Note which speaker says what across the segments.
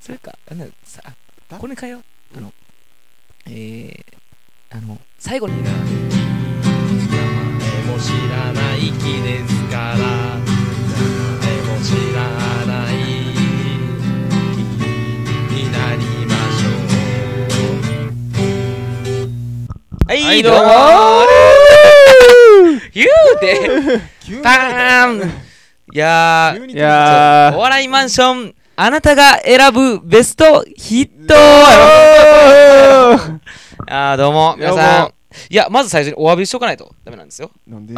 Speaker 1: それか、あのさあこれ変えよう。あの、えー、あの、最後に。
Speaker 2: 名前も知らない木ですから名前も知らない木になりましょ
Speaker 1: は、
Speaker 2: はいい
Speaker 1: どう
Speaker 2: ど
Speaker 1: も
Speaker 2: うも
Speaker 1: ーゆうて、
Speaker 2: 急に
Speaker 1: パーンいやー、
Speaker 2: 急に
Speaker 3: いや
Speaker 1: お
Speaker 3: ー
Speaker 1: 笑いマンション、あなたが選ぶベストヒットあー、どうも、皆さ。
Speaker 3: どうん
Speaker 1: いや、まず最初にお詫びしとかないとダメなんですよ。
Speaker 3: なんで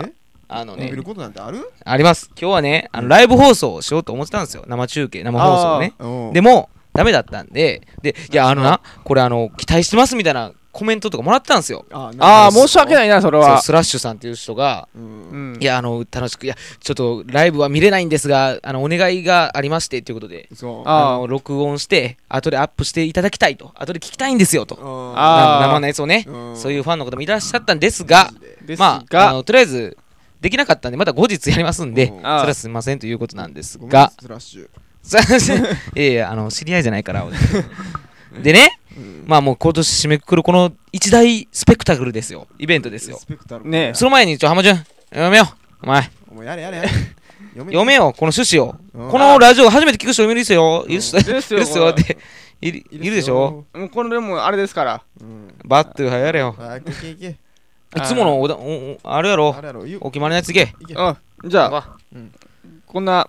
Speaker 1: あの
Speaker 3: 伸
Speaker 1: ね
Speaker 3: び、ることなんてある
Speaker 1: あります。今日はね、あのライブ放送をしようと思ってたんですよ。生中継、生放送をね。
Speaker 3: 送
Speaker 1: で
Speaker 3: も、
Speaker 1: も、ダメだったんで、で、いや、あのな、これ、あの、期待してますみたいなコメントとかもらってたんですよ。
Speaker 3: あ
Speaker 1: あ
Speaker 3: あ
Speaker 1: ー
Speaker 3: ー、
Speaker 1: 申
Speaker 3: 申
Speaker 1: し
Speaker 3: し
Speaker 1: 訳
Speaker 3: 訳ないな、それ
Speaker 1: そう
Speaker 3: は。
Speaker 1: スラッシュさんっていう人が、
Speaker 3: うん
Speaker 1: いや、あの、楽しく、いや、ちょっとライブは見れないんですが、あの、お願いがありまして、ということで、
Speaker 2: そう
Speaker 3: あー
Speaker 1: あの、録音して、後でアップしていただきたいと、後で聞きたいんですよと、
Speaker 2: あ
Speaker 3: あ
Speaker 1: な
Speaker 3: ー
Speaker 1: 生のやつをね、
Speaker 2: うん
Speaker 1: そういうファンの方もいらっしゃったんですが、
Speaker 3: です
Speaker 1: ま
Speaker 3: が、
Speaker 1: あ、あの、とりあえず、できなかったんで、また後日やりますんで、
Speaker 2: うん
Speaker 1: それ
Speaker 3: あー
Speaker 1: はすみませんということなんです
Speaker 2: ごめん
Speaker 1: が、
Speaker 2: スラッシュ
Speaker 1: すいませんいやいや、あの、 知り合いじゃないから。俺でね、まあもう今年締めくくるこの一大スペクタクルですよ。イベントですよ
Speaker 2: ス。ペクタル
Speaker 3: ねえ
Speaker 1: その前に、ちょ、浜潤、読めよ。お前、
Speaker 2: お前やれやれや れ読
Speaker 1: 読めよ、この趣旨を。
Speaker 2: うん
Speaker 1: このラジオ初めて聞く人いるですよ。いるっ すい
Speaker 3: ですよ
Speaker 1: るっすよっ
Speaker 3: これ
Speaker 1: て。いるいるでしょ
Speaker 3: もうこれでもあれですから。
Speaker 2: うん
Speaker 1: バットはやれよ。
Speaker 2: あいけいけいけ
Speaker 1: いつものおだおおあれやろ
Speaker 2: あ。れやろ言う
Speaker 1: お決まりのやついけ。
Speaker 2: いけ
Speaker 3: うん、じゃあ、
Speaker 1: あ
Speaker 3: こんな、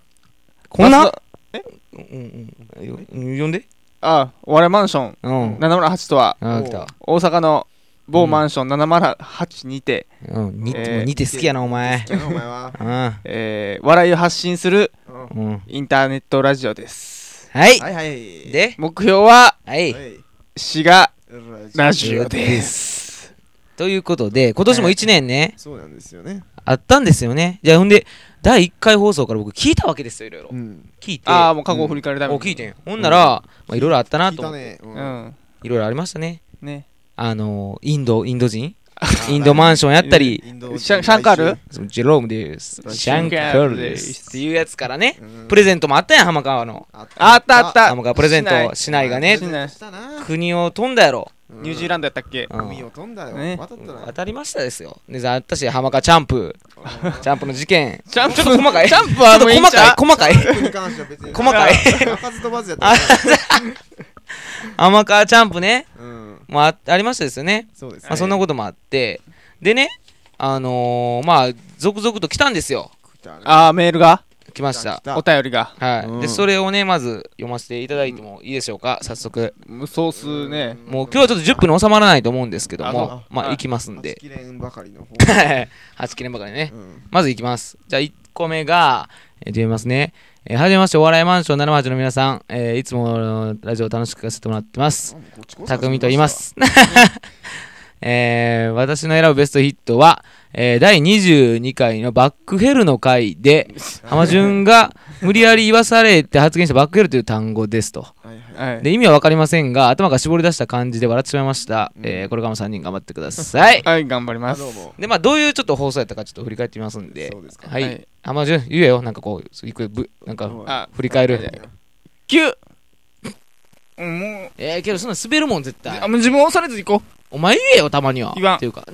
Speaker 1: こんな
Speaker 3: あ
Speaker 1: うんうんうんよ呼んで。
Speaker 3: あ、お笑いマンション
Speaker 1: うん。
Speaker 3: 708とは、
Speaker 1: あ、来た。
Speaker 3: 大阪の某マンション708にて、
Speaker 1: うん。似て
Speaker 3: えー
Speaker 1: もう似て好きやな、お前。
Speaker 2: お前は
Speaker 1: うん。う
Speaker 3: えー笑いを発信する
Speaker 1: ん。
Speaker 3: インターネットラジオです。
Speaker 1: はい。
Speaker 2: はいはい
Speaker 1: で、
Speaker 3: 目標は、
Speaker 1: はい。
Speaker 2: はい
Speaker 3: 滋賀ラ
Speaker 2: ジ
Speaker 3: ジオです。
Speaker 1: ということで、今年も1年ね、
Speaker 2: オそうなんですよね
Speaker 1: あったんですよね。じゃあ、ほんで、第1回放送から僕聞いたわけですよ、いろいろ
Speaker 2: う。ん
Speaker 1: 聞いて。
Speaker 3: ああ、もう過去を振り返るた
Speaker 1: お
Speaker 3: めに。
Speaker 1: 聞いてん。ほんなら、まあいろいろあったな
Speaker 2: 聞い
Speaker 1: と思
Speaker 2: た
Speaker 1: って。
Speaker 2: ねう
Speaker 3: うんん。
Speaker 1: いろいろありましたね。
Speaker 3: ね。
Speaker 1: あのー、インド、インド人インドマンションやったり、
Speaker 2: インド
Speaker 3: シャンシャンカール
Speaker 1: そのジェロームです。シャンカールです。っていうやつからね、
Speaker 2: うん
Speaker 1: プレゼントもあったやん、浜川の。
Speaker 2: あっ
Speaker 3: あったあった
Speaker 1: 浜川プレゼント、市内がね
Speaker 3: 市、内
Speaker 2: したな
Speaker 1: 国を飛んだやろ。
Speaker 3: ニュージーランドやったっけ
Speaker 1: うん
Speaker 2: 海を飛んだよ、
Speaker 3: ね
Speaker 2: 渡ったな、
Speaker 1: 当たりましたですよ。で、あったし、浜川チャンプ、チャンプの事件。
Speaker 3: ちゃんと
Speaker 1: ちょっと細かい。
Speaker 3: ジャンプ
Speaker 1: ちょ
Speaker 3: は
Speaker 1: っと
Speaker 3: もういい
Speaker 1: 細
Speaker 3: んち
Speaker 1: か
Speaker 3: ゃ
Speaker 1: い、
Speaker 3: う
Speaker 1: 細かい。
Speaker 2: 僕に関しては別に
Speaker 1: 細かい
Speaker 2: 開かず飛ばずやったから
Speaker 1: 甘川チャンプね、
Speaker 2: うん
Speaker 1: まあ、ありましたですよね、
Speaker 2: そうです
Speaker 1: まあ、そんなこともあってでねあのー、まあ続々と来たんですよ
Speaker 2: あ
Speaker 3: ああ、メールが
Speaker 1: 来ました
Speaker 3: お便りが。
Speaker 1: はい、
Speaker 2: うん
Speaker 1: でそれをねまず読ませていただいてもいいでしょうか早速
Speaker 3: 無双数ね。
Speaker 1: もう今日はちょっと10分に収まらないと思うんですけども
Speaker 2: あ
Speaker 1: まあ
Speaker 3: はい
Speaker 1: 行きますん
Speaker 2: 8
Speaker 1: で
Speaker 2: 切れんばかりの方
Speaker 1: 8切れんばかりね
Speaker 2: うん
Speaker 1: まず行きますじゃあ1個目がえー読みますねえーはじめましてお笑いマンション78の皆さん、えーいつもあのラジオ楽しく聞かせてもらってます
Speaker 2: あもうこっちこそ
Speaker 1: 匠と言います。えー私の選ぶベストヒットは、えー第22回のバックヘルの回で、浜潤が無理やり言わされて発言したバックヘルという単語ですと。
Speaker 2: はいはい
Speaker 3: はい。。
Speaker 1: で、意味はわかりませんが、頭が絞り出した感じで笑ってしまいました。えーこれからも3人頑張ってください
Speaker 3: はい、頑張りま
Speaker 2: あ
Speaker 3: す
Speaker 2: ど。うも
Speaker 1: で、まあ、どういうちょっと放送やったかちょっと振り返ってみますんで
Speaker 2: そう。ですか
Speaker 1: は
Speaker 3: はいい。
Speaker 1: 浜潤、言えよ。なんかこう、いくぶ、なんか、
Speaker 3: あ、
Speaker 1: 振り返
Speaker 2: はい
Speaker 1: る。
Speaker 3: 9! うん、もう、
Speaker 1: えー、けどそんな滑るもん絶
Speaker 3: あ
Speaker 1: 対。
Speaker 3: もう自分を恐れず行こ
Speaker 1: お前言えよ、たまには。
Speaker 3: 言わん
Speaker 1: っていうか。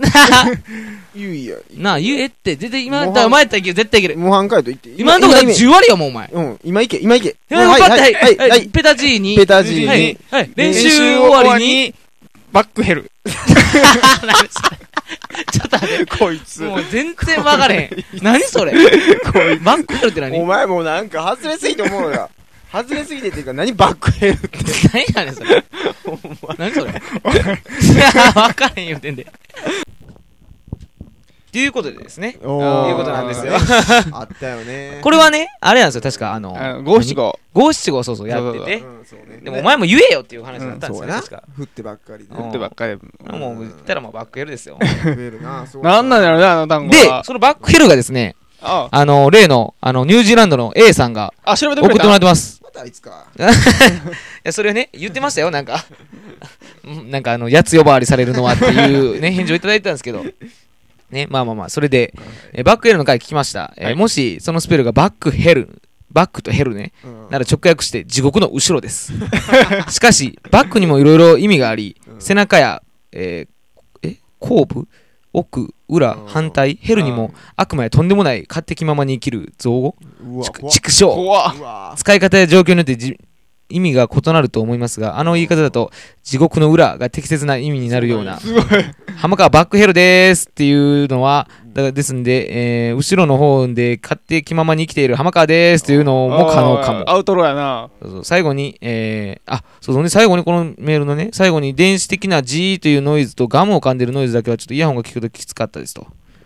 Speaker 2: ゆいや
Speaker 1: なあ、言えって、絶対今だ
Speaker 2: もう
Speaker 1: ったらお前やったらいける、絶対いける。
Speaker 2: 模範解答言って
Speaker 1: 今のところ
Speaker 2: 今
Speaker 1: 10割やもん、お前。
Speaker 2: うん今いけ今いけ
Speaker 1: いや、よかった、
Speaker 2: は
Speaker 1: はいい、
Speaker 2: はい
Speaker 1: は
Speaker 2: はい
Speaker 1: い、ペタジーに。
Speaker 2: ペタジーに
Speaker 1: はい、はい、
Speaker 3: う
Speaker 1: 練習終わりに。
Speaker 3: に、バックヘル。
Speaker 1: ちょっと待っ
Speaker 3: こい
Speaker 1: て、
Speaker 3: つ。
Speaker 1: もう全然分かれへん。 何それバックヘルって何
Speaker 2: お前もうなんか外れすぎて思うのよ外れすぎてっていうか何バックヘルって
Speaker 1: 何やねん、それ。何それいや、分かれへん言うてんで。ということでですね。
Speaker 2: お
Speaker 3: ー
Speaker 1: いうことなんですよ
Speaker 2: あったよね
Speaker 1: これはね、あれなんですよ、確か、あの、
Speaker 3: あの五七五。
Speaker 1: 五七五そうそうやってて
Speaker 2: う。んそうね
Speaker 1: でもお前も言えよっていう話だったんです
Speaker 2: そう
Speaker 1: よ、
Speaker 2: やな
Speaker 1: 確か。
Speaker 2: 振ってばっかりで
Speaker 1: うん
Speaker 3: ってばっかり。
Speaker 1: あもう言ったらもうバックヘルですよ。
Speaker 2: 増えるなそう
Speaker 3: なんなんだろうね、あの単語
Speaker 1: で
Speaker 3: は、。
Speaker 1: そのバックヘルがですね、
Speaker 3: あ、
Speaker 1: あの、例の、あの、ニュージーランドの A さんが
Speaker 3: あ、調べて
Speaker 1: 送っ
Speaker 3: く
Speaker 1: て
Speaker 3: れ。
Speaker 1: もらったてます。
Speaker 2: またあいつか
Speaker 1: いや、それをね、言ってましたよ、なんか。うん なんか、あの、やつ呼ばわりされるのはっていう ね、返事をいただいてたんですけど。ね、まあまあまあ、それで、えーバックヘルの回聞きました。えーもし、そのスペルがバックヘルバックとヘルね、
Speaker 4: うん
Speaker 1: なら直訳して地獄の後ろです しかしバックにもいろいろ意味があり、
Speaker 4: うん
Speaker 1: 背中や、えーえ後部奥裏
Speaker 4: うん
Speaker 1: 反対ヘルにも悪魔やとんでもない勝手気ままに生きる造語
Speaker 4: うわ
Speaker 1: ちく
Speaker 4: 怖っ
Speaker 1: 畜生
Speaker 4: 怖っ
Speaker 1: 使い方や状況によってじ意味が異なると思いますがあの言い方だと地獄の裏が適切な意味になるような
Speaker 4: すごい
Speaker 1: 浜川バックヘルですっていうのはだからですんで、えー後ろの方で勝手気ままに生きている浜川ですっていうのも可能かも
Speaker 4: あーアウトローやな
Speaker 1: そうそう最後に、えーあそうそうね最後にこのメールのね最後に電子的な G というノイズとガムを噛んでるノイズだけはちょっとイヤホンが聞くときつかったですと、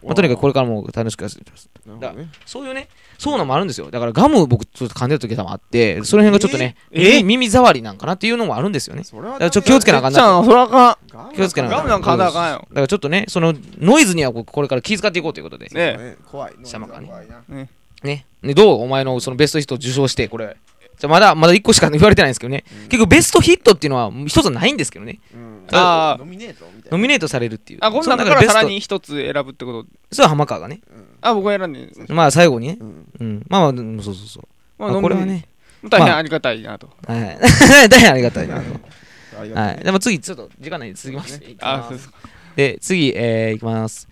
Speaker 1: まあとにかくこれからも楽しくやってます
Speaker 4: なるほ
Speaker 1: だ
Speaker 4: どね
Speaker 1: そういうねそういうのもあるんですよだからガムを僕ちょっと噛んでる時が多分あってその辺がちょっとね、
Speaker 4: えー
Speaker 1: 耳耳障りなんかなっていうのもあるんですよね
Speaker 2: それは
Speaker 1: だからちょっと気をつけなあかん
Speaker 4: じゃ
Speaker 1: な
Speaker 4: あそらあか
Speaker 1: 気をつけなあか
Speaker 4: ガムなんか噛んだらあかんよ
Speaker 1: だからちょっとねそのノイズにはこれから気遣っていこうということで
Speaker 4: ね
Speaker 2: ね怖い
Speaker 1: 貴様がね
Speaker 2: 怖いな
Speaker 1: ねねどうお前のそのベストヒットを受賞してこれじゃあまだまだ1個しか言われてないんですけどね、結局ベストヒットっていうのは一つはないんですけどね
Speaker 2: うん
Speaker 4: あー
Speaker 2: ノミネートみたい
Speaker 1: ノ
Speaker 2: な
Speaker 1: ミネートされるっていう。
Speaker 4: あこの
Speaker 1: そう
Speaker 4: 中から
Speaker 1: ベス
Speaker 4: さ
Speaker 1: ト
Speaker 4: らに一つ選ぶってこと
Speaker 1: それは浜川がね。
Speaker 2: うん
Speaker 4: あ僕が選んで
Speaker 1: まあ最後にね。
Speaker 2: うん
Speaker 1: うん。まあまあ、うんそうそうそう。
Speaker 4: ま
Speaker 1: まあこれはね。
Speaker 4: 大変ありがたいなと
Speaker 1: はい。 大変ありがたいなと。
Speaker 2: ありがとう
Speaker 1: はい。でも次、ちょっと時間ないんで続きます。いきま
Speaker 4: あ
Speaker 1: す
Speaker 4: そうですか
Speaker 1: で、次、えー、いきます。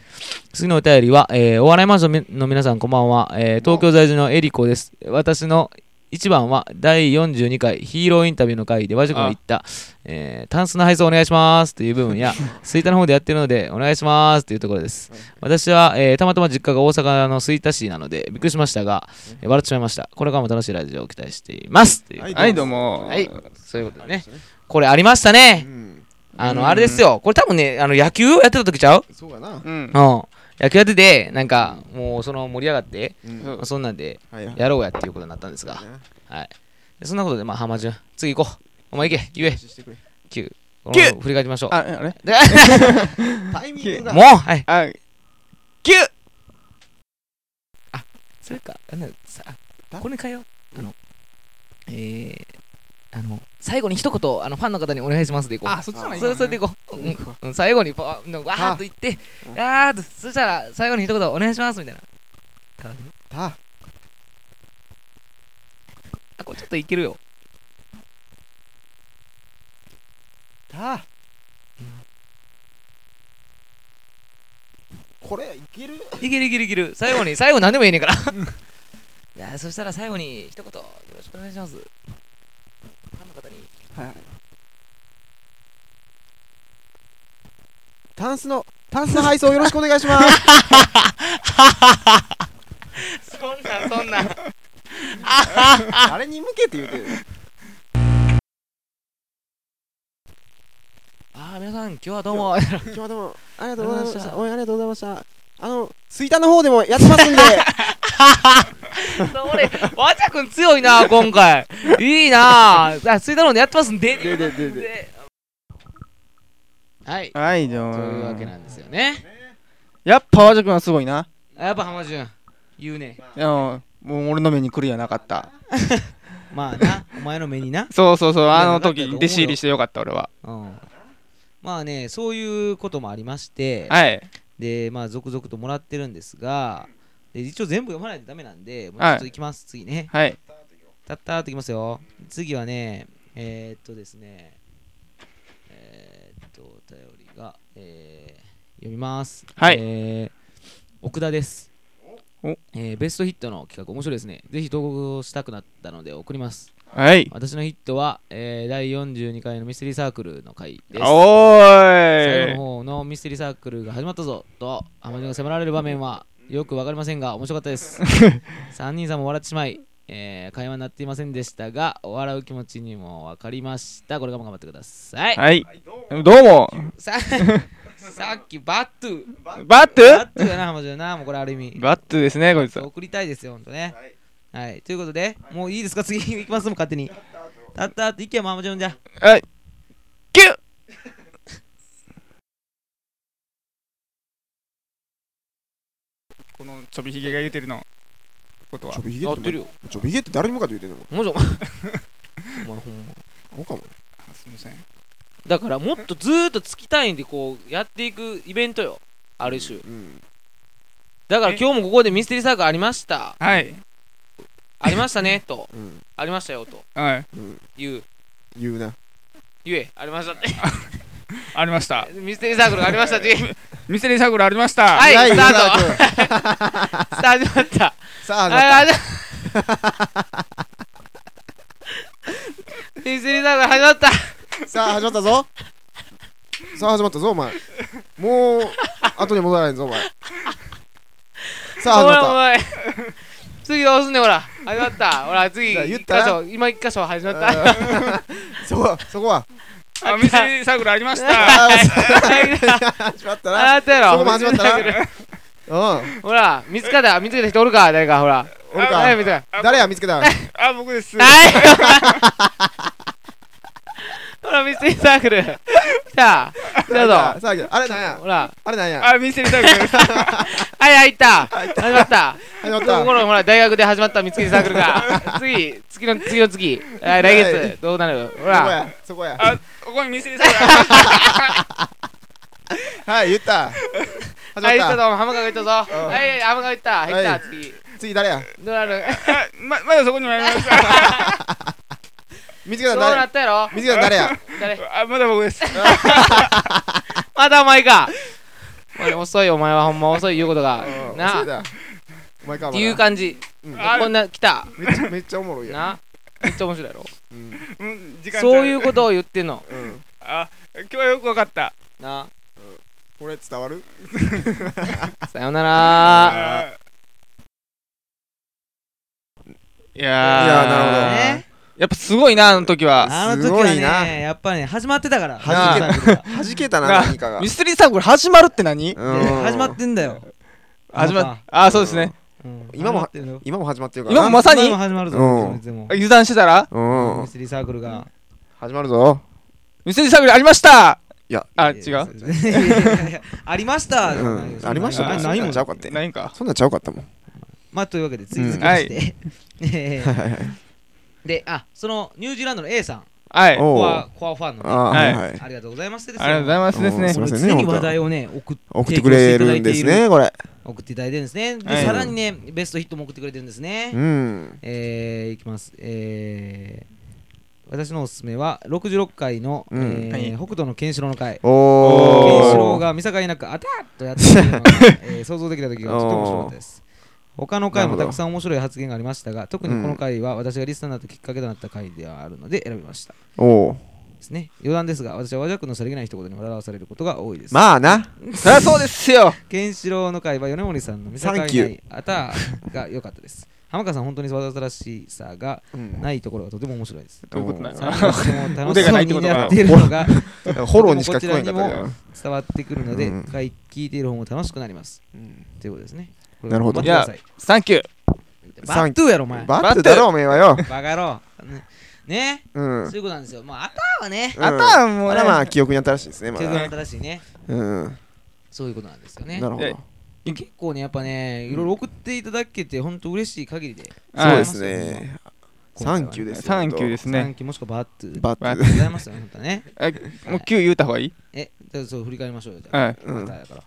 Speaker 1: 次のお便りは、えーお笑いマンションのの皆さん、こんばんは。えー東京在住のエリコです。私の一番は、第42回ヒーローインタビューの回で和塾が言った、えータンスの配送お願いしますという部分 や、吹田の方でやってるので、お願いしますというところです。私は、えーたまたま実家が大阪の吹田市なので、びっくりしましたが、えー笑ってしまいました。これからも楽しいラジオを期待しています。という
Speaker 2: はい
Speaker 4: はいどうも
Speaker 1: はいそういうことでね。
Speaker 2: ね
Speaker 1: これありました
Speaker 2: う
Speaker 1: ね。
Speaker 2: ん
Speaker 1: あ
Speaker 4: うん
Speaker 1: の、あれですよ。これ多分ね、あの野球をやってた時ちゃう
Speaker 2: そうかな
Speaker 4: うん
Speaker 1: うん、野球やってて、なんかもうその盛り上がって、
Speaker 2: うん
Speaker 4: そう
Speaker 1: まあそんなんで
Speaker 2: はいはい
Speaker 1: やろうやっていうことになったんですが、はい、でそんなことで、まあ、浜順、次行こう。お前行け、言え、9、この振り返りましょう。
Speaker 4: ああ れ
Speaker 1: で
Speaker 2: タイミングが
Speaker 1: もう、はい、
Speaker 4: あキュッ
Speaker 1: それか、あのさあこれ変えよう。あの、えー、あの、最後に一言、あのファンの方にお願いしますでいこう。
Speaker 4: あそっちの方がいい
Speaker 1: それそれでいこう、うんうん、最後にパワーわーっと言ってあーっとそしたら最後に一言お願いしますみたいな
Speaker 2: た
Speaker 1: あこれちょっといけるよ
Speaker 2: たこれいける
Speaker 1: いけるいけるいける最後 に最後何でもいいねんからいやそしたら最後に一言よろしくお願いしますファンの方に
Speaker 2: タンスのタンスの配送よろしくお願いします
Speaker 1: そんなんそんなん
Speaker 2: 誰に向けて言うてる
Speaker 1: あー皆さん今日はどう も
Speaker 2: 今日はどうもありがとうございました応援ありがとうございましたあの吹田の方でもやってま すんで
Speaker 1: 俺 わちゃくん強いな今回いいなあ水道ロンでやってますんで
Speaker 4: でででで
Speaker 1: ではい
Speaker 4: はいどう
Speaker 1: というわけ
Speaker 4: も
Speaker 1: なんですよね
Speaker 4: やっぱ和く君はすごいな
Speaker 1: あやっぱ浜潤言うね
Speaker 4: いやもう俺の目に来るやなかった
Speaker 1: まあなお前の目にな
Speaker 4: そうそうそうあ
Speaker 1: や
Speaker 4: の
Speaker 1: な
Speaker 4: 時
Speaker 1: んか
Speaker 4: 弟子入りしてよかった俺は
Speaker 1: うんまあねそういうこともありまして
Speaker 4: はい
Speaker 1: でまあ続々ともらってるんですがで一応全部読まないとダメなんでもうち
Speaker 4: はい
Speaker 1: ょっといきます、次ね
Speaker 4: はい
Speaker 1: たったーっといきますよ次はねえー、っとですねえー、っとお便りが、えー読みます
Speaker 4: はい
Speaker 1: えー奥田です
Speaker 4: お
Speaker 1: えーベストヒットの企画面白いですねぜひ投稿したくなったので送ります
Speaker 4: はい
Speaker 1: 私のヒットは、えー第42回のミステリーサークルの回です
Speaker 4: お
Speaker 1: 最後
Speaker 4: ーい
Speaker 1: の方のミステリーサークルが始まったぞとアマジンが迫られる場面はよくわかりませんが面白かったです三人さんも笑ってしまい、えー会話になっていませんでしたが笑う気持ちにもわかりましたこれからも頑張ってください、
Speaker 4: はいどうも
Speaker 1: ささっきバットゥ
Speaker 4: バット
Speaker 1: バットゥやなアマジンやなもうこれある意味
Speaker 4: バットですねこいつ
Speaker 1: 送りたいですよほんとねはい、ということでもういいですか次行きますもう勝手にたったって意見もアマジンじゃ
Speaker 4: はいキュッこのちょびひげが言うてるのことは
Speaker 2: ちょびひげ
Speaker 1: や
Speaker 2: っ
Speaker 1: って
Speaker 2: て
Speaker 1: るよ
Speaker 2: ちょびひげって誰に向かって言うてんの
Speaker 1: もうちょお前ほんま
Speaker 2: そうかも
Speaker 4: すみません
Speaker 1: だからもっとずーっと月単位でこうやっていくイベントよある種
Speaker 2: うん
Speaker 1: だから今日もここでミステリーサークルありました
Speaker 4: はい
Speaker 1: ありましたねと
Speaker 2: うん、
Speaker 1: ありましたよと
Speaker 3: はい。
Speaker 2: うん、
Speaker 1: 言う
Speaker 2: 言うな。
Speaker 1: 言えありましたって
Speaker 3: あり ました。
Speaker 1: ミステリーサークルがありましたって言え
Speaker 3: ミステリーサークルありました。
Speaker 1: はい
Speaker 2: ない
Speaker 1: スタート
Speaker 2: スタート
Speaker 1: さあ始まった
Speaker 2: さあ、
Speaker 1: あ
Speaker 2: 始まった
Speaker 1: ああミステリーサークル始まった
Speaker 2: さあ始まったぞさあ始まったぞお前もう後に戻らないぞお前さあ
Speaker 1: お
Speaker 2: 始
Speaker 1: 前お
Speaker 2: まっ
Speaker 1: 前次どうすんねんほら始まったほら次
Speaker 2: じゃあ言
Speaker 1: 一
Speaker 2: っ
Speaker 1: 箇
Speaker 2: たな
Speaker 1: 所今一箇所始まったた
Speaker 2: うん そこはそこは
Speaker 3: あミステリーサークルありました。
Speaker 2: あー始まった
Speaker 1: あ
Speaker 2: な
Speaker 1: なたやろ
Speaker 2: そこも始まったなうん
Speaker 1: ほら見つかった見つけた人おるか誰かほら
Speaker 2: おるか
Speaker 1: はい見つけた
Speaker 2: 誰や見つけたん
Speaker 3: あ、僕です。
Speaker 1: ほらミステリーサークル来たどうぞ
Speaker 2: さああれなんや
Speaker 1: ほら
Speaker 2: あれなんや
Speaker 3: あ、ミステリーサーク ルです。
Speaker 1: はい入った始まった
Speaker 2: 始まっ
Speaker 1: この
Speaker 2: た
Speaker 1: 頃ほら大学で始まった見つけサークルが次次の次の次あ来
Speaker 2: はい
Speaker 1: 月どうなるほら
Speaker 2: そこやそこや
Speaker 3: あ、ここにミステリーサークルありまし
Speaker 2: はい言った
Speaker 1: はい
Speaker 2: 始
Speaker 1: 行
Speaker 2: ま
Speaker 1: った
Speaker 2: った
Speaker 1: ぞ浜川行ったぞはい浜川行った入った
Speaker 2: はい
Speaker 1: 次
Speaker 2: 次誰や
Speaker 1: どうなる
Speaker 3: た。あ、ま、まだそこにもありま した。
Speaker 2: 見つけ
Speaker 1: ど
Speaker 2: た
Speaker 1: うんな
Speaker 2: 誰
Speaker 1: ったやろ
Speaker 2: 見つけたん誰や
Speaker 1: 誰
Speaker 3: あ、まだ僕です。
Speaker 1: まだお前かお前遅いお前はほんま遅い言うことが
Speaker 2: うん
Speaker 1: なあ
Speaker 2: そうだお前か
Speaker 1: っ
Speaker 2: ま
Speaker 1: て
Speaker 2: だ
Speaker 1: いう感じ
Speaker 2: うん
Speaker 3: あ
Speaker 1: こんな来た
Speaker 2: めっちゃめっちゃおもろいやん
Speaker 1: なめっちゃ面白いやろ
Speaker 2: うん
Speaker 3: うん時間ちゃ
Speaker 1: そういうことを言ってんの
Speaker 2: うん
Speaker 3: あ、今日はよくわかった。
Speaker 1: な
Speaker 2: これ伝わる
Speaker 1: さよなら
Speaker 3: あ
Speaker 4: い
Speaker 2: いやーなるほど
Speaker 1: ね
Speaker 4: やっぱすごいな、あの時は。
Speaker 1: あの
Speaker 2: す
Speaker 1: 時
Speaker 2: ご
Speaker 1: はい
Speaker 2: な
Speaker 1: ねやっぱね始まってたから
Speaker 2: 弾
Speaker 1: ミステリーサークルが
Speaker 2: はじけたな
Speaker 4: な
Speaker 2: 何かが
Speaker 4: ミステリーサークル始まるって何
Speaker 2: うん
Speaker 1: 始まってんだよ
Speaker 4: 始
Speaker 1: ま
Speaker 4: ま
Speaker 1: た
Speaker 4: あ、そうですね。
Speaker 1: うん
Speaker 2: 今も
Speaker 1: 始まってるよ
Speaker 2: 今も始まってるからな
Speaker 4: 今もまさ
Speaker 1: 今
Speaker 4: に
Speaker 1: も始まるぞ
Speaker 2: うん
Speaker 1: いつでも
Speaker 4: 油断してたら
Speaker 2: うん
Speaker 1: ミステリーサークルが
Speaker 2: 始まるぞ
Speaker 4: ミステリーサークルありました
Speaker 2: いや
Speaker 4: あ、違
Speaker 1: いや
Speaker 4: う
Speaker 1: いやいやいやありました
Speaker 2: うんありました
Speaker 1: な
Speaker 2: ね
Speaker 1: い
Speaker 2: そ
Speaker 1: ない
Speaker 2: ん
Speaker 1: も
Speaker 2: なんんちゃうかって
Speaker 4: 何か。
Speaker 2: そんなんちゃうかったもん
Speaker 1: まあというわけで次
Speaker 2: うん
Speaker 1: 続きまして、え
Speaker 2: はい
Speaker 1: ー
Speaker 2: はいはい
Speaker 1: であそのニュージーランドの A さん
Speaker 3: はい。ありが
Speaker 2: お
Speaker 1: コ
Speaker 2: う
Speaker 1: アコアファンのね
Speaker 2: あー
Speaker 3: はい
Speaker 2: はい
Speaker 1: ありがとうございますですよ
Speaker 3: とうございますです
Speaker 2: おー
Speaker 3: ね
Speaker 2: すい。ませんね
Speaker 1: 常に
Speaker 2: 本当
Speaker 1: 話題をね送っ
Speaker 2: 送ってくれるんですねこれ
Speaker 1: 送っていただいてるんですねで、
Speaker 3: はい
Speaker 1: さらにねベストヒットも送ってくれてるんですね、
Speaker 2: うん
Speaker 1: えー、いきますえー、私のおすすめは66回の、
Speaker 2: うん
Speaker 1: えー
Speaker 3: はい
Speaker 1: 北斗のケンシロウの回ケ
Speaker 2: お
Speaker 1: ン
Speaker 2: ー
Speaker 1: シロウが見境なくあたっとやっているのが、えー想像できた時がとても面白かったです他の回もたくさん面白い発言がありましたが特にこの回は私がリスナーになったきっかけとなった回ではあるので選びました
Speaker 2: おー
Speaker 1: ですね余談ですが私は和君のさりげない一言に笑わされることが多いです
Speaker 2: まあな
Speaker 4: そりゃそうですよ。
Speaker 1: ケンシロウの会は米森さんの見境な
Speaker 2: サンキュー
Speaker 1: いあたが良かったです 浜川さん本当にわざとらしさが
Speaker 2: うん
Speaker 1: ないところがとても面白い です
Speaker 3: どういうことなんです
Speaker 1: 3
Speaker 3: か
Speaker 1: 人とも楽
Speaker 4: 腕
Speaker 1: し
Speaker 4: がない
Speaker 1: そう
Speaker 4: ってこ
Speaker 1: に
Speaker 4: とか
Speaker 1: やっているのが
Speaker 2: フォローにしか聞こえなかったけど
Speaker 1: 伝わってくるので、
Speaker 2: うん
Speaker 1: 回聞いている方も楽しくなります
Speaker 2: うん
Speaker 1: ということですね
Speaker 2: なるほど
Speaker 1: いや
Speaker 4: サンキュー。
Speaker 1: バットゥーやろお前バ
Speaker 2: バットだろおめえはよ
Speaker 1: カ野郎ねね
Speaker 2: うん
Speaker 1: そういうことなんですよまああたはね
Speaker 2: うん
Speaker 4: あとはもう
Speaker 2: ま
Speaker 4: ね
Speaker 2: だまあ記憶に新しいですねま
Speaker 1: ちょっと
Speaker 2: だ
Speaker 1: 新しいね
Speaker 2: うん
Speaker 1: そういうことなんですよね
Speaker 2: なるほど
Speaker 1: 結構ねやっぱねいろいろ送っていただけて本当嬉しい限りで
Speaker 3: はい
Speaker 2: そうですねサンキューですよ
Speaker 3: サンキューです
Speaker 1: 3
Speaker 3: ね。
Speaker 1: 期もしくはバットゥー
Speaker 2: バ
Speaker 1: あ
Speaker 2: ッ
Speaker 1: り
Speaker 2: ト
Speaker 1: がとうございますよね本当はね
Speaker 3: あもうキュー言うた方がいい
Speaker 1: えじゃあそう振り返りましょうよじゃあ
Speaker 3: はい。
Speaker 2: う
Speaker 1: あ
Speaker 2: ん
Speaker 1: たやから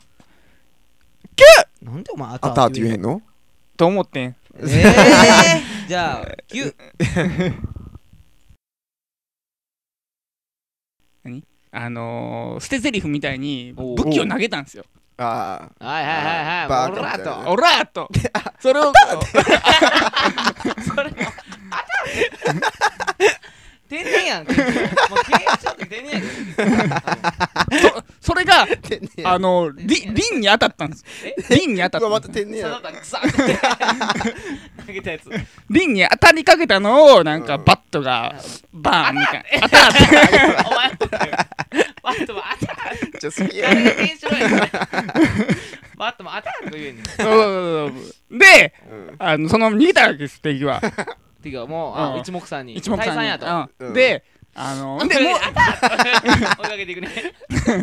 Speaker 1: なんでお前あた
Speaker 2: あたって言えへんの
Speaker 3: と思ってん。
Speaker 1: えー、じゃあ、9。
Speaker 3: あのー、捨て台詞みたいに武器を投げたんですよ。
Speaker 2: あ
Speaker 1: はいはいはいはい。
Speaker 2: バ
Speaker 1: オ
Speaker 2: カ
Speaker 1: ラ
Speaker 2: みたいな
Speaker 1: と。
Speaker 3: オラーとそれを
Speaker 1: 天然やん。もう経営者って天然やん。
Speaker 3: それが
Speaker 2: あてんねや
Speaker 3: あのー、り瓶に当たったんです瓶に当た
Speaker 2: うわ
Speaker 3: った
Speaker 2: またてんね
Speaker 1: そ
Speaker 2: や
Speaker 1: の他、ザッ投げたやつ。
Speaker 3: 瓶に当たりかけたのをなんか
Speaker 2: うん
Speaker 3: バットがバーンみたいな当たっ
Speaker 1: お前、バットもあた
Speaker 2: じゃあ好きや
Speaker 1: 天然しろやん。バットもあたと言えんねん。
Speaker 3: たそうそうそうそうで
Speaker 2: うん
Speaker 3: あのそのまま逃げたわけです敵は
Speaker 1: ていうか、もう、
Speaker 3: う
Speaker 1: あ
Speaker 3: ん
Speaker 1: 一目散に。
Speaker 3: 一目
Speaker 1: 退散や
Speaker 3: 散
Speaker 1: と。
Speaker 3: に
Speaker 2: と
Speaker 3: うんであのでも
Speaker 1: う、あ た追いかけていくね。
Speaker 3: うでもう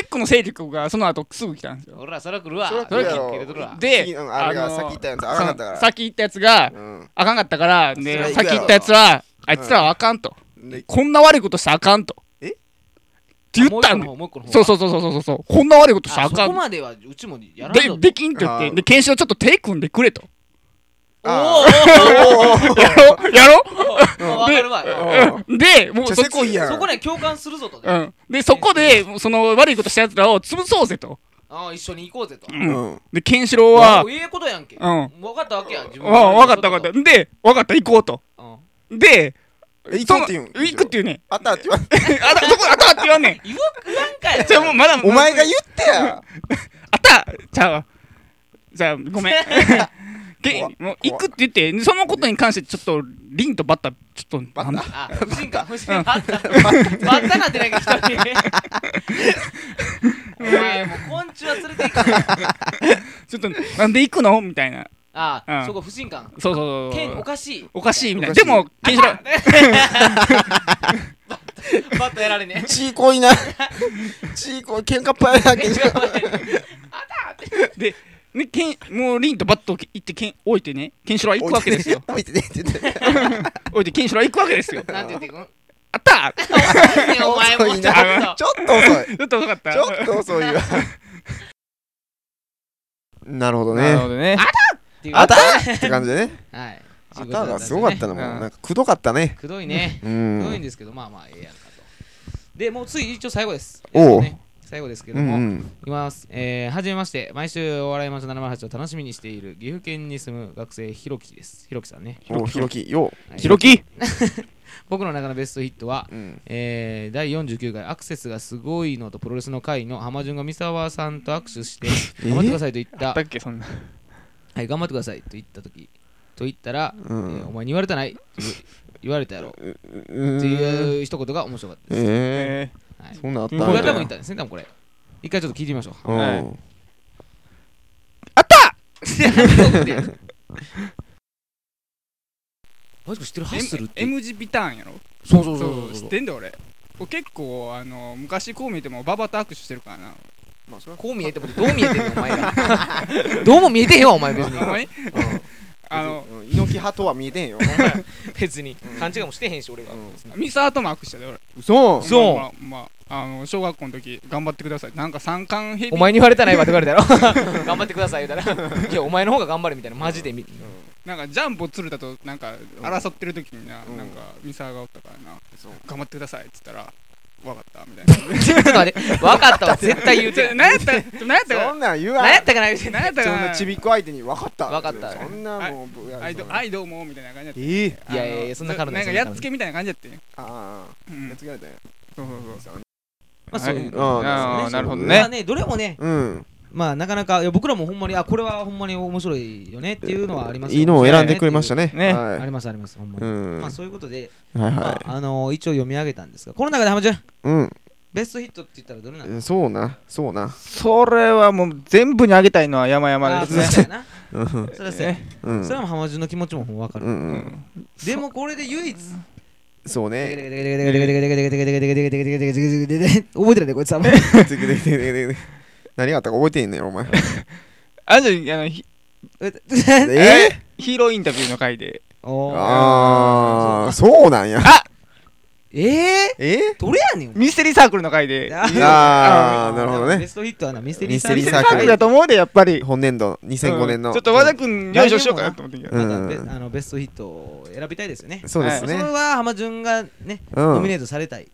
Speaker 3: 一個の勢力がその後すぐ来たんですよ
Speaker 1: ほら、そら来るわ。
Speaker 2: そら来
Speaker 3: るや
Speaker 2: ろ
Speaker 1: 切れとるわ。
Speaker 3: で
Speaker 2: 次のあれが
Speaker 3: のー
Speaker 2: 先行ったやつあかんかったか
Speaker 3: そ
Speaker 2: ら
Speaker 3: の先行ったやつが
Speaker 2: うん
Speaker 3: あかんかったから
Speaker 2: そりゃ
Speaker 3: で
Speaker 2: 行くや
Speaker 3: 先
Speaker 2: ろ
Speaker 3: 行ったやつはあいつらはあかんと
Speaker 2: で
Speaker 3: こんな悪いことしたらあかんと
Speaker 2: え
Speaker 3: って言ったんだよ
Speaker 1: もう一個の方。
Speaker 3: そうそうそうそうそうそうこんな悪いことした
Speaker 1: あ
Speaker 3: らあ
Speaker 1: そ
Speaker 3: か
Speaker 1: こ
Speaker 3: ん
Speaker 1: まではうちもやらん
Speaker 3: で
Speaker 1: ぞと
Speaker 3: できんって言っ
Speaker 2: あ
Speaker 3: て
Speaker 2: ー
Speaker 3: で検証ちょっと手組んでくれと
Speaker 2: あ
Speaker 3: やろやろ
Speaker 1: わかるわ
Speaker 2: ーおう
Speaker 3: で、もう
Speaker 2: じゃあ
Speaker 3: そっ
Speaker 2: せこいやん
Speaker 1: そこね共感するぞと
Speaker 3: う。ん。で、そこで、その悪いことした奴らを潰そうぜと。
Speaker 1: ああ一緒に行こうぜと。
Speaker 3: う。
Speaker 2: うんん
Speaker 3: で、ケンシロウ
Speaker 1: ああ、
Speaker 3: は
Speaker 1: ええことやんけ。
Speaker 3: うん。
Speaker 1: 分かったわけやん。自分
Speaker 3: わわかったわかった。で、わかった、行こうと。
Speaker 1: た。うん
Speaker 3: で、
Speaker 2: え行こうって言うん
Speaker 3: その行くって言うねん。
Speaker 2: あったって言わん
Speaker 3: あた、そこ、あたって言わんねん。
Speaker 1: 言わんなんかや
Speaker 3: じゃあもうまだ、
Speaker 2: お前が言ってや
Speaker 3: あったちゃうわ。じゃあ、ごめ ん。け
Speaker 2: 怖
Speaker 3: もう行くって言って、そのことに関してちょっと、リンとバッタ、ちょっと、
Speaker 2: バッタ
Speaker 3: あの
Speaker 1: あ、不審か、不審か。あった。バッタなんてないけど、 一人。お前、もう昆虫は連れて行くな。
Speaker 3: ちょっと、なんで行くのみたいな。
Speaker 1: あ
Speaker 3: う
Speaker 1: あ、
Speaker 3: ん
Speaker 1: そこ不信感。
Speaker 3: そうそうそ
Speaker 1: 剣お
Speaker 3: う。
Speaker 1: かしい。
Speaker 3: おかしいみたいな。
Speaker 2: おか
Speaker 3: でも、ケン
Speaker 2: しい
Speaker 3: シロウ、
Speaker 1: バッタやられねえ。
Speaker 2: ちいこいなちいこい喧嘩っぱいやけん
Speaker 3: ね、けんもうリンとバットを行ってけん置いてねケンシロウは行くわけですよ
Speaker 2: 置いてね置いてねって言って
Speaker 3: 置いてケンシロウは行くわけですよ
Speaker 1: なんて言ってくん
Speaker 3: あった
Speaker 1: お前もうちょっと。
Speaker 2: ちょっと遅い
Speaker 3: ちょっと遅かった
Speaker 2: ちょっと遅い わなるほど
Speaker 4: なるほ
Speaker 2: ね
Speaker 4: どね
Speaker 2: あたって感じでね
Speaker 1: はい。
Speaker 2: あたがすごかったなもう
Speaker 4: うん
Speaker 2: なんかくどかったね
Speaker 1: くどいね。く
Speaker 2: う
Speaker 1: どいん
Speaker 2: ん
Speaker 1: ですけど、まあまあ、ええやんかと。で、もうつい一応最後です。
Speaker 2: おう
Speaker 1: えっとね最後ですけ
Speaker 2: うん
Speaker 1: ども、
Speaker 2: うん
Speaker 1: いきます。えー、はじめまして、毎週お笑いマンション708を楽しみにしている岐阜県に住む学生、ひろきです。ひろきさんね。
Speaker 2: おひろきよ
Speaker 1: はい
Speaker 3: ひろき
Speaker 1: 僕の中のベストヒットは、
Speaker 2: ううん
Speaker 1: えー、第49回アクセスがすごいのとプロレスの会の浜順が三沢さんと握手して
Speaker 2: え
Speaker 1: 頑張ってくださいと言った
Speaker 4: だっけそんな
Speaker 1: はい頑張ってくださいと言った時と言ったら、
Speaker 2: う
Speaker 1: えーお
Speaker 2: ん
Speaker 1: 前に言われたないと言われたやろっ
Speaker 2: う
Speaker 1: て
Speaker 2: ん
Speaker 1: いう一言が面白かっ
Speaker 2: え
Speaker 4: え
Speaker 1: た、はい
Speaker 2: ー、そんなんあったん
Speaker 1: こ
Speaker 2: や
Speaker 1: れは多分言ったんですね多分これ一回ちょっと聞いてみましょう
Speaker 2: う
Speaker 4: は
Speaker 2: ん
Speaker 4: い
Speaker 1: マジか知ってるハッスルっ
Speaker 3: M-
Speaker 1: て
Speaker 3: M 字ビターンやろ
Speaker 1: そうそうそう
Speaker 3: そ
Speaker 1: そう
Speaker 3: う知
Speaker 1: そ
Speaker 3: っ
Speaker 1: う
Speaker 3: てんだ俺俺結構あの昔こう見えてもババと握手してるからな
Speaker 2: まあそれは
Speaker 1: こう見えてもどう見えてん のお前らどうも見えてへんわお前別に
Speaker 3: お前あの
Speaker 2: うん猪木派とは見えてへんよ
Speaker 1: 別に勘違いもしてへんし俺が
Speaker 3: ミサーとも握手してたで俺
Speaker 4: 嘘
Speaker 1: そう
Speaker 3: まあまあまああの小学校の時頑張ってくださいなんか三冠ヘビ
Speaker 1: お前に言われたら今って言われたや ろ頑張ってください言うたらいやお前の方が頑張れみたいなマジでみ
Speaker 3: なんかジャンボ鶴田となんか争ってる時にな、
Speaker 2: うん
Speaker 3: なんかミサーがおったからな
Speaker 2: そう
Speaker 3: 頑張ってくださいっつったらわかったみたいな
Speaker 1: ちょっと待って 分かったわ絶対言うて
Speaker 3: 何やった何やった
Speaker 2: そ
Speaker 3: か
Speaker 2: んなん言わ
Speaker 1: 何
Speaker 2: ん
Speaker 1: やったか な言うて
Speaker 3: 何やった
Speaker 2: そ
Speaker 3: か
Speaker 2: ん
Speaker 3: な
Speaker 2: なちびっこ相手に分かった
Speaker 1: 分かった
Speaker 2: そんなもうぶ
Speaker 3: はいどはいどうもみたいな感じやっ
Speaker 4: え
Speaker 3: て
Speaker 4: ー
Speaker 3: あの
Speaker 1: いやいやいやそんな彼女
Speaker 3: なんかやっつけみたいな感じやって
Speaker 2: ああ
Speaker 3: う
Speaker 2: ああ
Speaker 3: ん
Speaker 2: やっつけられたんや
Speaker 3: そうそうそう
Speaker 1: まあそういう
Speaker 2: はい
Speaker 4: あーなるほどね
Speaker 1: まあねどれもね
Speaker 2: うん
Speaker 1: まあなかなかいや僕らもほんまにあこれはほんまに面白いよねっていうのはありますよ
Speaker 2: いいのを選んでくれましたね
Speaker 4: ね
Speaker 1: あ
Speaker 2: は
Speaker 1: りますありますほんま
Speaker 2: い
Speaker 1: に
Speaker 2: うん
Speaker 1: ま
Speaker 2: は
Speaker 1: あそういうことで
Speaker 2: い
Speaker 1: ま
Speaker 2: は
Speaker 1: ああのー一応読み上げたんですがこの中で浜ちゃん
Speaker 2: いうん
Speaker 1: ベストヒットって言ったらどれなの
Speaker 2: えそうなそうな
Speaker 4: それはもう全部にあげたいのは山々
Speaker 1: あ
Speaker 4: で
Speaker 1: ー
Speaker 4: す
Speaker 1: そ
Speaker 4: ね
Speaker 1: うだよな
Speaker 2: うん
Speaker 1: それはそうや
Speaker 2: うん
Speaker 1: それはもう浜順の気持ちもほんまわか
Speaker 2: う
Speaker 1: る
Speaker 2: んうん
Speaker 1: でもこれで唯一
Speaker 2: そう
Speaker 1: 覚えてない
Speaker 2: ね
Speaker 1: でこいつは
Speaker 2: つくでくでくでくで何があったか覚えてへんねんお前
Speaker 4: あじゃああのヒ
Speaker 2: え
Speaker 4: ヒーローインタビューの回で
Speaker 2: ああそうなんや
Speaker 1: ええ
Speaker 2: え
Speaker 1: どれやねん
Speaker 4: ミステリーサークルの回で
Speaker 2: ああなるほど
Speaker 1: ベ
Speaker 2: ね
Speaker 1: ストヒットはなミステリー
Speaker 2: ミス
Speaker 1: サー
Speaker 2: テリ
Speaker 1: ク
Speaker 2: ー
Speaker 1: ル
Speaker 4: サ
Speaker 2: サー
Speaker 4: ー
Speaker 2: ク
Speaker 4: ク
Speaker 2: ル
Speaker 4: ルだと思うでやっぱり
Speaker 2: 本年度2005年の
Speaker 4: ちょっと和田君よいしょしようかなと思ってんけど
Speaker 1: あのベストヒットを選びたいですよね
Speaker 2: そうです
Speaker 1: それ
Speaker 2: ね
Speaker 1: は浜潤がね
Speaker 2: う
Speaker 1: ノ
Speaker 2: ん
Speaker 1: ミネートされたい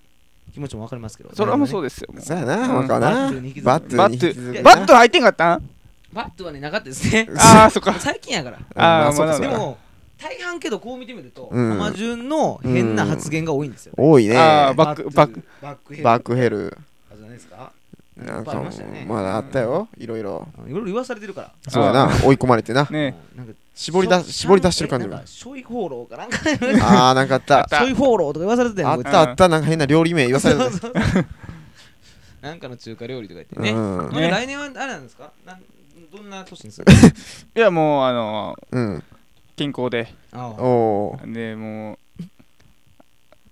Speaker 1: 気持ちもわかりますけど
Speaker 4: それはもうそう
Speaker 1: う
Speaker 4: ですよもう
Speaker 2: そうやな、
Speaker 4: うん
Speaker 2: わかな。
Speaker 1: バットに引きずる
Speaker 2: バット
Speaker 4: バ
Speaker 2: に引
Speaker 4: ッ
Speaker 2: きず
Speaker 4: ト
Speaker 2: る。
Speaker 4: バット入ってんかったん
Speaker 1: バットはねなかったですね
Speaker 4: ああそっか
Speaker 1: 最近やから
Speaker 2: あ
Speaker 4: あ
Speaker 2: あ、
Speaker 4: ー
Speaker 2: そう
Speaker 4: ま
Speaker 2: か
Speaker 4: あ
Speaker 2: そ
Speaker 1: で
Speaker 2: うか
Speaker 1: も大半けどこう見てみると浜潤の変な発言が多いんですよ
Speaker 2: 多いね。
Speaker 4: あー
Speaker 2: バ
Speaker 4: バックバック
Speaker 1: バックヘッ
Speaker 2: ックヘル。
Speaker 1: ドじゃないですか
Speaker 2: なん
Speaker 1: いっぱいあ
Speaker 2: か
Speaker 1: りましたよね、
Speaker 2: まだあったよ。いろいろ。
Speaker 1: いろいろ言わされてるから
Speaker 2: そうやな、追い込まれてな。
Speaker 4: ね
Speaker 1: なんか
Speaker 2: 絞り出
Speaker 1: しょ
Speaker 2: 絞り出してる感じ
Speaker 1: なん
Speaker 2: が
Speaker 1: か。ショイフォーローかなんか
Speaker 2: ああ、なんかあった。
Speaker 1: ショイフォーローとか言わされてた
Speaker 2: あ
Speaker 1: よ
Speaker 2: っ
Speaker 1: こいつ
Speaker 2: たあった、なんか変な料理名言わされ
Speaker 1: そう
Speaker 2: る。
Speaker 1: そうそうなんかの中華料理とか言って
Speaker 2: う
Speaker 1: ね
Speaker 2: ん
Speaker 1: まあ
Speaker 4: ね
Speaker 1: 来年はあれなんですかなんどんな年にする
Speaker 4: いやもうあの
Speaker 2: うん。
Speaker 4: 健康で
Speaker 1: あ
Speaker 2: お
Speaker 1: あ
Speaker 2: お。
Speaker 4: でもう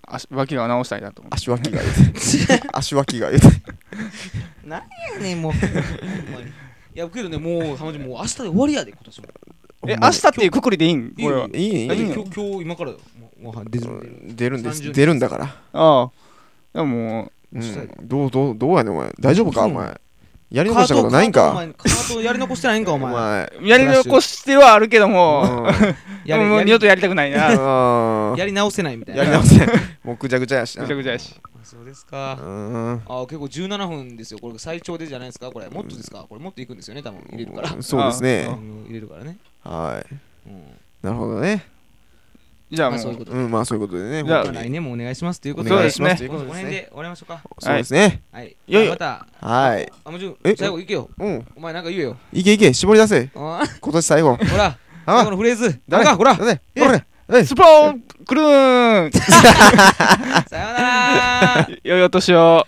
Speaker 4: 足脇が直したいなと思って
Speaker 2: 足脇が言うて。足脇が言うて。
Speaker 1: ねもうほんまにいやけどねもう浜ちゃんもう明日で終わりやで今年も
Speaker 4: え明日っていうくくりでいいんこれはい
Speaker 2: いいい
Speaker 1: だって
Speaker 2: い
Speaker 1: 今日今日今からだよもうもうは出てる出てる
Speaker 2: 出るんです。
Speaker 1: 30
Speaker 2: 出るんだから。
Speaker 4: ああでもも
Speaker 2: う
Speaker 1: したい
Speaker 2: ん。どうどうどうやねんお前。大丈夫かお前。やり
Speaker 1: カ
Speaker 2: 残したことないん
Speaker 1: ートお前
Speaker 2: か
Speaker 1: カートやり残してないんかお
Speaker 2: お
Speaker 1: 前
Speaker 2: 前
Speaker 3: やり残してはあるけども、
Speaker 2: う
Speaker 1: やり
Speaker 3: もう
Speaker 1: や
Speaker 3: 二
Speaker 1: り
Speaker 3: 度とやりたくないな。
Speaker 2: んうん
Speaker 1: やり直せないみたいな
Speaker 2: やり直せんもうぐちゃぐちゃやしな
Speaker 3: ぐちゃぐちゃやし。
Speaker 1: あそうです
Speaker 2: う
Speaker 1: か
Speaker 2: ん
Speaker 1: あ結構17分ですよこれ最長でじゃないですかこれもっとですかこれもっといくんですよね多分入れるから
Speaker 2: そうです
Speaker 1: う
Speaker 2: ね
Speaker 1: ん入れるからね
Speaker 2: はい
Speaker 1: うん
Speaker 2: なるほどね
Speaker 3: じゃあ
Speaker 1: まあ
Speaker 3: もう、
Speaker 1: そういうこと
Speaker 2: うんまあそういうことでね
Speaker 3: じゃあ
Speaker 2: 本当
Speaker 1: 来
Speaker 2: に
Speaker 1: 年もお願いしますという
Speaker 2: お
Speaker 1: ことで
Speaker 2: 願いしますという
Speaker 1: こ
Speaker 2: こ
Speaker 1: の
Speaker 2: とです
Speaker 1: 辺
Speaker 2: ね
Speaker 1: で終わりましょうか
Speaker 2: そうですね
Speaker 1: はい
Speaker 3: よいよ
Speaker 1: また
Speaker 2: はい
Speaker 1: あもちろん
Speaker 2: え
Speaker 1: 最後いけよ
Speaker 2: うん
Speaker 1: お前なんか言えよ
Speaker 2: いけいけ絞り出せ
Speaker 1: あー
Speaker 2: 今年 最後
Speaker 1: ほら最後
Speaker 2: あ
Speaker 1: のフレーズ
Speaker 2: 誰
Speaker 1: なんかほら
Speaker 2: だねほらえい
Speaker 3: スポーンくるーン
Speaker 1: さようなら
Speaker 3: 良いお年を。